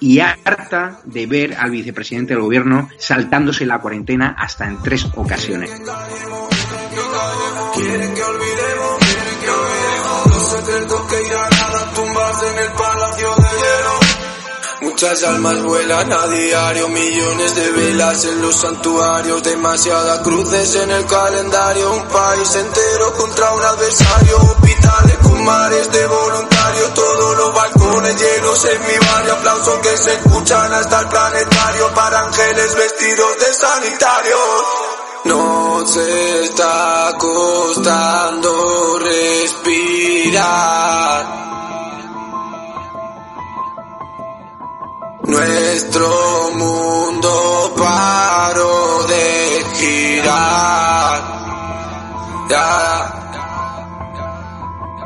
y harta de ver al vicepresidente del gobierno saltándose la cuarentena hasta en tres ocasiones. Muchas almas vuelan a diario, millones de velas en los santuarios, demasiadas cruces en el calendario, un país entero contra un adversario, hospitales con mares de voluntarios, todos los balcones llenos en mi barrio, aplausos que se escuchan hasta el planetario, para ángeles vestidos de sanitarios. Nos está costando respirar. Nuestro mundo paró de girar. Ya.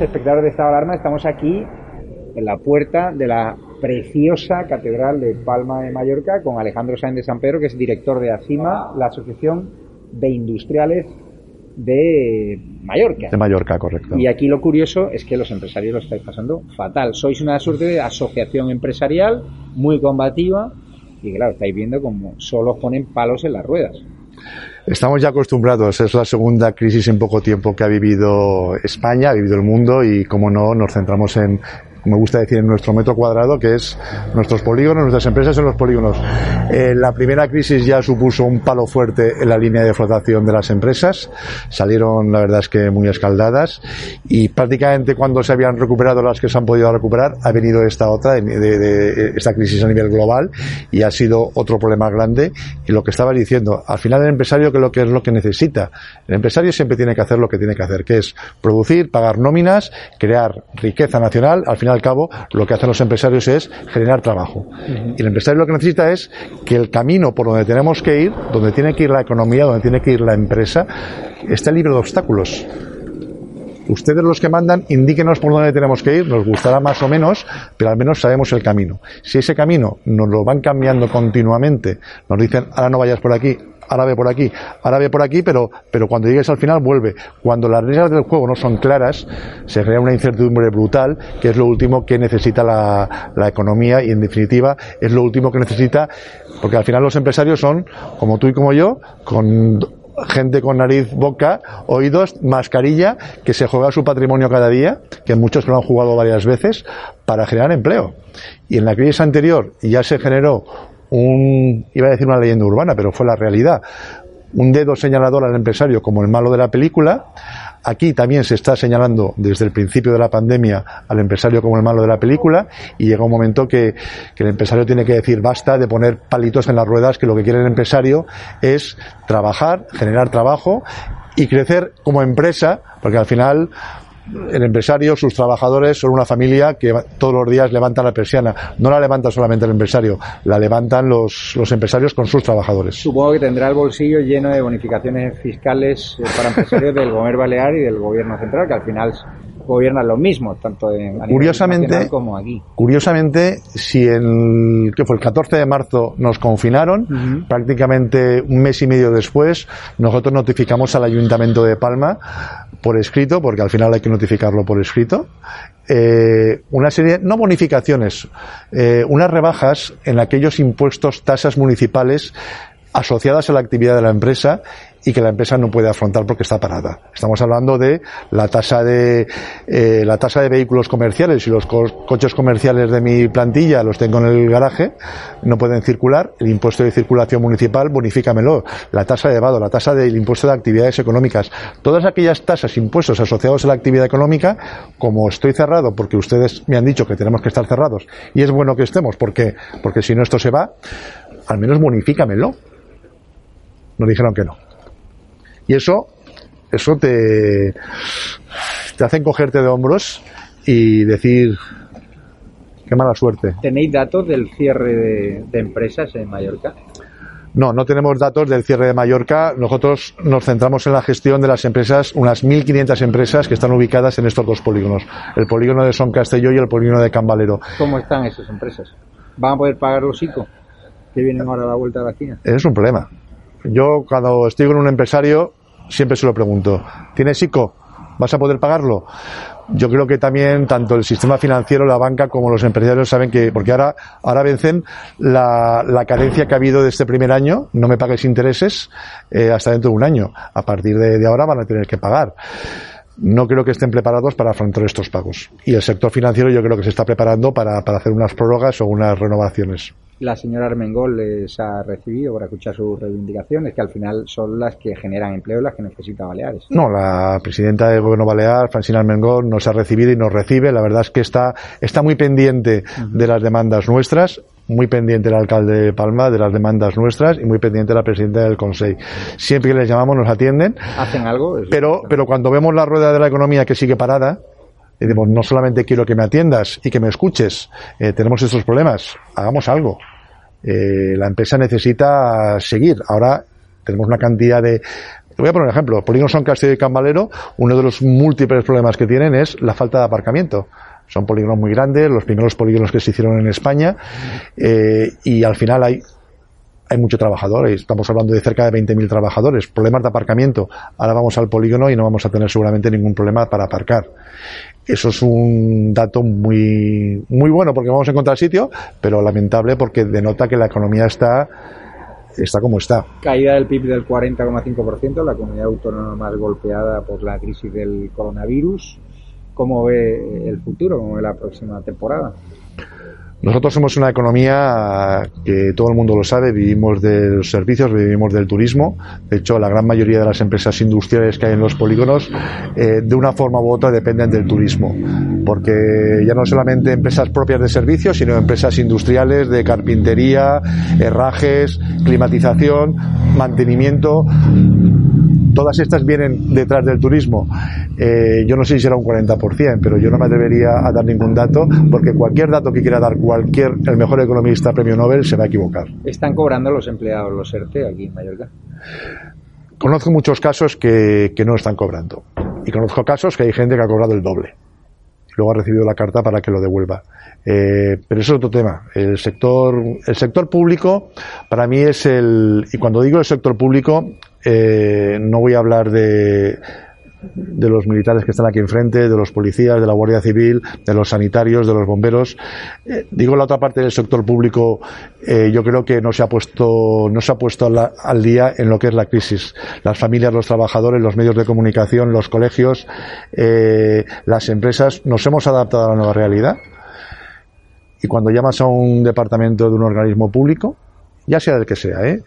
espectadores de Estado de Alarma, estamos aquí en la puerta de la preciosa Catedral de Palma de Mallorca con Alejandro Sáenz de San Pedro, que es director de ACIMA, la Asociación de Industriales de Mallorca. De Mallorca, correcto. Y aquí lo curioso es que los empresarios lo estáis pasando fatal. Sois una suerte de asociación empresarial muy combativa y claro, estáis viendo como solo os ponen palos en las ruedas. Estamos ya acostumbrados, es la segunda crisis en poco tiempo que ha vivido España, ha vivido el mundo y, como no, nos centramos en, me gusta decir, en nuestro metro cuadrado, que es nuestros polígonos, nuestras empresas en los polígonos. Eh, la primera crisis ya supuso un palo fuerte en la línea de flotación de las empresas. Salieron, la verdad es que muy escaldadas. Y prácticamente cuando se habían recuperado las que se han podido recuperar, ha venido esta otra, de, de, de esta crisis a nivel global y ha sido otro problema grande. Y lo que estaba diciendo, al final el empresario que lo que es lo que necesita. El empresario siempre tiene que hacer lo que tiene que hacer, que es producir, pagar nóminas, crear riqueza nacional. Al final al cabo, lo que hacen los empresarios es generar trabajo. Y el empresario lo que necesita es que el camino por donde tenemos que ir, donde tiene que ir la economía, donde tiene que ir la empresa, esté libre de obstáculos. Ustedes los que mandan, indíquenos por dónde tenemos que ir, nos gustará más o menos, pero al menos sabemos el camino. Si ese camino nos lo van cambiando continuamente, nos dicen, ahora no vayas por aquí, ahora ve por aquí, ahora ve por aquí, pero, pero cuando llegues al final vuelve. Cuando las reglas del juego no son claras, se genera una incertidumbre brutal, que es lo último que necesita la, la economía y en definitiva es lo último que necesita, porque al final los empresarios son, como tú y como yo, con gente con nariz, boca, oídos, mascarilla, que se juega su patrimonio cada día, que muchos lo han jugado varias veces, para generar empleo. Y en la crisis anterior ya se generó un, iba a decir una leyenda urbana, pero fue la realidad, un dedo señalador al empresario como el malo de la película. Aquí también se está señalando desde el principio de la pandemia al empresario como el malo de la película y llega un momento que, que el empresario tiene que decir basta de poner palitos en las ruedas, que lo que quiere el empresario es trabajar, generar trabajo y crecer como empresa, porque al final el empresario, sus trabajadores son una familia que todos los días levanta la persiana. No la levanta solamente el empresario, la levantan los, los empresarios con sus trabajadores. Supongo que tendrá el bolsillo lleno de bonificaciones fiscales eh, para empresarios del gobierno balear y del gobierno central, que al final gobiernan los mismos, tanto en curiosamente, como aquí. Curiosamente, si el que fue el 14 de marzo nos confinaron, uh -huh. prácticamente un mes y medio después, nosotros notificamos al Ayuntamiento de Palma por escrito, porque al final hay que notificarlo por escrito, eh, una serie, no bonificaciones, eh, unas rebajas en aquellos impuestos, tasas municipales asociadas a la actividad de la empresa y que la empresa no puede afrontar porque está parada. Estamos hablando de la tasa de eh, la tasa de vehículos comerciales. Si los co coches comerciales de mi plantilla los tengo en el garaje, no pueden circular. El impuesto de circulación municipal, bonifícamelo. La tasa de vado, la tasa del impuesto de actividades económicas. Todas aquellas tasas, impuestos asociados a la actividad económica, como estoy cerrado porque ustedes me han dicho que tenemos que estar cerrados y es bueno que estemos porque porque si no esto se va, al menos bonifícamelo. Nos dijeron que no. Y eso, eso te, te hace encogerte de hombros y decir, qué mala suerte. ¿Tenéis datos del cierre de, de empresas en Mallorca? No, no tenemos datos del cierre de Mallorca. Nosotros nos centramos en la gestión de las empresas, unas 1.500 empresas que están ubicadas en estos dos polígonos, el polígono de Son Castelló y el polígono de Cambalero. ¿Cómo están esas empresas? ¿Van a poder pagar los ICO que vienen ahora a la vuelta de la esquina? Es un problema. Yo cuando estoy con un empresario siempre se lo pregunto, ¿tienes ICO? ¿Vas a poder pagarlo? Yo creo que también tanto el sistema financiero, la banca, como los empresarios saben que, porque ahora, ahora vencen la, la carencia que ha habido de este primer año, no me pagues intereses eh, hasta dentro de un año. A partir de, de ahora van a tener que pagar no creo que estén preparados para afrontar estos pagos. Y el sector financiero yo creo que se está preparando para, para hacer unas prórrogas o unas renovaciones. La señora Armengol les ha recibido para escuchar sus reivindicaciones, que al final son las que generan empleo, las que necesita Baleares. No, la presidenta del gobierno balear, Francina Armengol, nos ha recibido y nos recibe. La verdad es que está, está muy pendiente uh -huh. de las demandas nuestras muy pendiente el alcalde de Palma de las demandas nuestras y muy pendiente la presidenta del Consejo. Siempre que les llamamos nos atienden. ¿Hacen algo? Pero, pero cuando vemos la rueda de la economía que sigue parada, decimos, no solamente quiero que me atiendas y que me escuches, eh, tenemos estos problemas, hagamos algo. Eh, la empresa necesita seguir. Ahora tenemos una cantidad de Te voy a poner un ejemplo. Polígonos San Castillo y Cambalero, uno de los múltiples problemas que tienen es la falta de aparcamiento. Son polígonos muy grandes, los primeros polígonos que se hicieron en España, eh, y al final hay hay mucho trabajador, estamos hablando de cerca de 20.000 trabajadores, problemas de aparcamiento. Ahora vamos al polígono y no vamos a tener seguramente ningún problema para aparcar. Eso es un dato muy, muy bueno porque vamos a encontrar sitio, pero lamentable porque denota que la economía está, está como está. Caída del PIB del 40,5%, la comunidad autónoma más golpeada por la crisis del coronavirus. ¿Cómo ve el futuro? ¿Cómo ve la próxima temporada? Nosotros somos una economía que todo el mundo lo sabe, vivimos de los servicios, vivimos del turismo. De hecho, la gran mayoría de las empresas industriales que hay en los polígonos, eh, de una forma u otra, dependen del turismo. Porque ya no solamente empresas propias de servicios, sino empresas industriales de carpintería, herrajes, climatización, mantenimiento todas estas vienen detrás del turismo. Eh, yo no sé si será un 40%, pero yo no me atrevería a dar ningún dato, porque cualquier dato que quiera dar cualquier, el mejor economista premio Nobel se va a equivocar. ¿Están cobrando los empleados los ERTE aquí en Mallorca? Conozco muchos casos que, que no están cobrando. Y conozco casos que hay gente que ha cobrado el doble luego ha recibido la carta para que lo devuelva. Eh, pero eso es otro tema. El sector, el sector público, para mí es el, y cuando digo el sector público, eh, no voy a hablar de, de los militares que están aquí enfrente, de los policías, de la Guardia Civil, de los sanitarios, de los bomberos. Eh, digo la otra parte del sector público, eh, yo creo que no se ha puesto, no se ha puesto la, al día en lo que es la crisis. Las familias, los trabajadores, los medios de comunicación, los colegios, eh, las empresas, nos hemos adaptado a la nueva realidad. Y cuando llamas a un departamento de un organismo público, ya sea del que sea, ¿eh?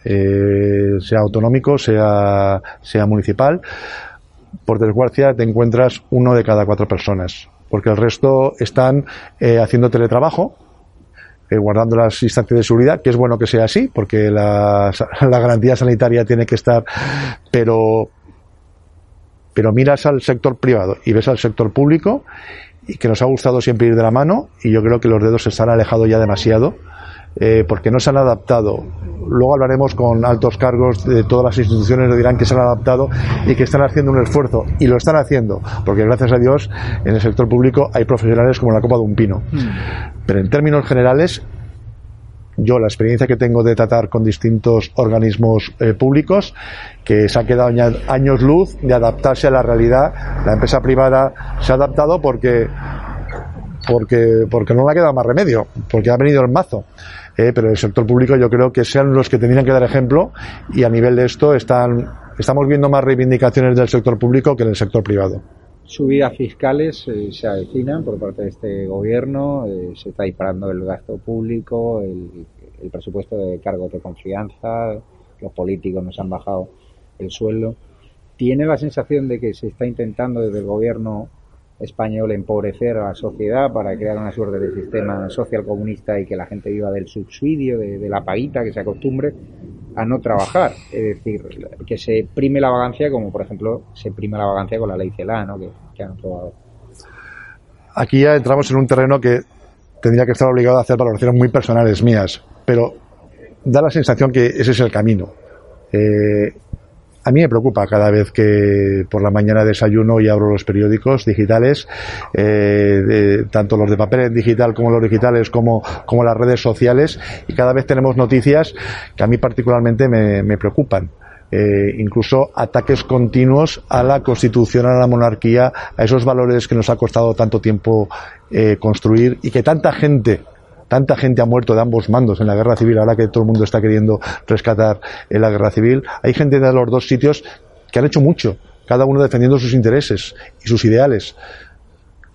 sea autonómico, sea, sea municipal, por desgracia, te encuentras uno de cada cuatro personas, porque el resto están eh, haciendo teletrabajo, eh, guardando las instancias de seguridad, que es bueno que sea así, porque la, la, garantía sanitaria tiene que estar, pero, pero miras al sector privado y ves al sector público, y que nos ha gustado siempre ir de la mano, y yo creo que los dedos se están alejando ya demasiado. Eh, porque no se han adaptado. Luego hablaremos con altos cargos de todas las instituciones, nos dirán que se han adaptado y que están haciendo un esfuerzo, y lo están haciendo, porque gracias a Dios en el sector público hay profesionales como la copa de un pino. Mm. Pero en términos generales, yo la experiencia que tengo de tratar con distintos organismos eh, públicos que se ha quedado años luz de adaptarse a la realidad. La empresa privada se ha adaptado porque porque, porque no le ha quedado más remedio, porque ha venido el mazo. Eh, pero el sector público yo creo que sean los que tendrían que dar ejemplo y a nivel de esto están, estamos viendo más reivindicaciones del sector público que del sector privado. Subidas fiscales eh, se avecinan por parte de este gobierno, eh, se está disparando el gasto público, el, el presupuesto de cargos de confianza, los políticos nos han bajado el sueldo. ¿Tiene la sensación de que se está intentando desde el gobierno español empobrecer a la sociedad para crear una suerte de sistema social comunista y que la gente viva del subsidio, de, de, la paguita, que se acostumbre a no trabajar. Es decir, que se prime la vagancia como, por ejemplo, se prime la vagancia con la ley CELA, ¿no? que, que han aprobado. Aquí ya entramos en un terreno que tendría que estar obligado a hacer valoraciones muy personales mías, pero da la sensación que ese es el camino. Eh, a mí me preocupa cada vez que por la mañana desayuno y abro los periódicos digitales, eh, de, tanto los de papel en digital como los digitales, como, como, las redes sociales, y cada vez tenemos noticias que a mí particularmente me, me preocupan. Eh, incluso ataques continuos a la constitución, a la monarquía, a esos valores que nos ha costado tanto tiempo eh, construir y que tanta gente tanta gente ha muerto de ambos mandos en la guerra civil, ahora que todo el mundo está queriendo rescatar en la guerra civil, hay gente de los dos sitios que han hecho mucho, cada uno defendiendo sus intereses y sus ideales.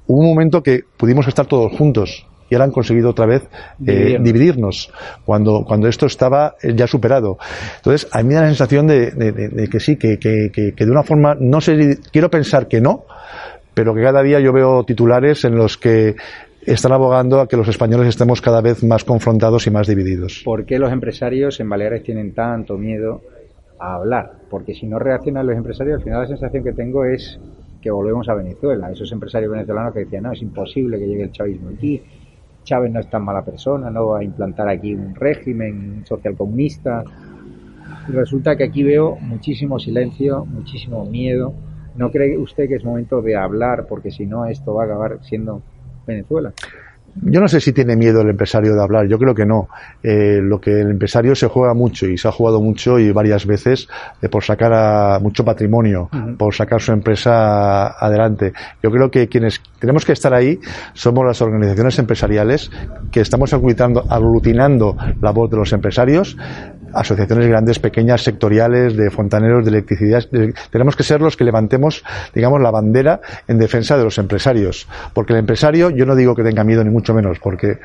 Hubo un momento que pudimos estar todos juntos y ahora han conseguido otra vez eh, dividirnos cuando, cuando esto estaba eh, ya superado. Entonces, a mí me da la sensación de, de, de, de que sí, que, que, que, que de una forma, no sé, quiero pensar que no, pero que cada día yo veo titulares en los que están abogando a que los españoles estemos cada vez más confrontados y más divididos. ¿Por qué los empresarios en Baleares tienen tanto miedo a hablar? Porque si no reaccionan los empresarios, al final la sensación que tengo es que volvemos a Venezuela. Esos empresarios venezolanos que decían, no, es imposible que llegue el chavismo aquí, Chávez no es tan mala persona, no va a implantar aquí un régimen social comunista. Y resulta que aquí veo muchísimo silencio, muchísimo miedo. ¿No cree usted que es momento de hablar? Porque si no, esto va a acabar siendo Venezuela. Yo no sé si tiene miedo el empresario de hablar, yo creo que no. Eh, lo que el empresario se juega mucho y se ha jugado mucho y varias veces eh, por sacar a mucho patrimonio, uh -huh. por sacar su empresa adelante. Yo creo que quienes tenemos que estar ahí somos las organizaciones empresariales que estamos aglutinando, aglutinando la voz de los empresarios, asociaciones grandes, pequeñas, sectoriales, de fontaneros, de electricidad. De, tenemos que ser los que levantemos, digamos, la bandera en defensa de los empresarios. Porque el empresario, yo no digo que tenga miedo ni mucho menos, porque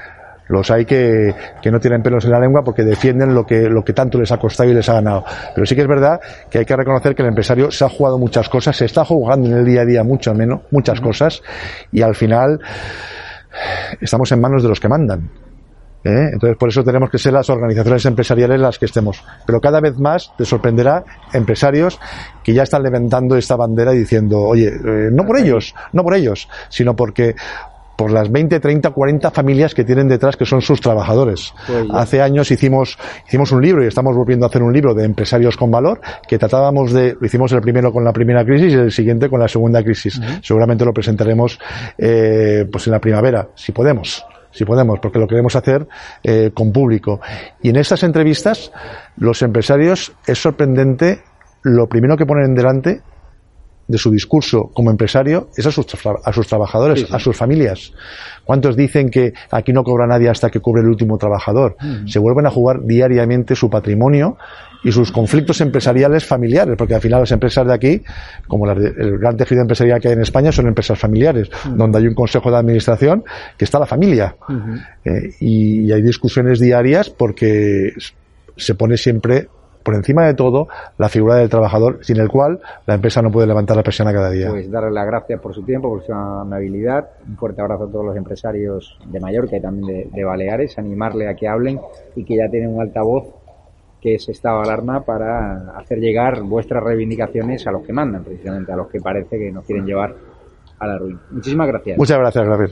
los hay que, que, no tienen pelos en la lengua porque defienden lo que, lo que tanto les ha costado y les ha ganado. Pero sí que es verdad que hay que reconocer que el empresario se ha jugado muchas cosas, se está jugando en el día a día mucho menos, muchas cosas, y al final estamos en manos de los que mandan. ¿Eh? Entonces, por eso tenemos que ser las organizaciones empresariales las que estemos. Pero cada vez más te sorprenderá empresarios que ya están levantando esta bandera y diciendo, oye, eh, no por ellos, no por ellos, sino porque por las 20, 30, 40 familias que tienen detrás que son sus trabajadores. Oye. Hace años hicimos, hicimos un libro y estamos volviendo a hacer un libro de empresarios con valor que tratábamos de, lo hicimos el primero con la primera crisis y el siguiente con la segunda crisis. Uh -huh. Seguramente lo presentaremos eh, pues en la primavera, si podemos si podemos, porque lo queremos hacer eh, con público. Y en estas entrevistas, los empresarios es sorprendente lo primero que ponen delante de su discurso como empresario es a sus, a sus trabajadores, sí, sí. a sus familias. ¿Cuántos dicen que aquí no cobra nadie hasta que cobre el último trabajador? Uh -huh. Se vuelven a jugar diariamente su patrimonio y sus conflictos empresariales familiares, porque al final las empresas de aquí, como la, el gran tejido empresarial que hay en España, son empresas familiares, uh -huh. donde hay un consejo de administración que está la familia. Uh -huh. eh, y, y hay discusiones diarias porque se pone siempre por encima de todo la figura del trabajador, sin el cual la empresa no puede levantar la presión a cada día. Pues darle las gracias por su tiempo, por su amabilidad. Un fuerte abrazo a todos los empresarios de Mallorca y también de, de Baleares. Animarle a que hablen y que ya tienen un altavoz que es estado de alarma para hacer llegar vuestras reivindicaciones a los que mandan, precisamente a los que parece que nos quieren llevar a la ruina. Muchísimas gracias. Muchas gracias, Gabriel.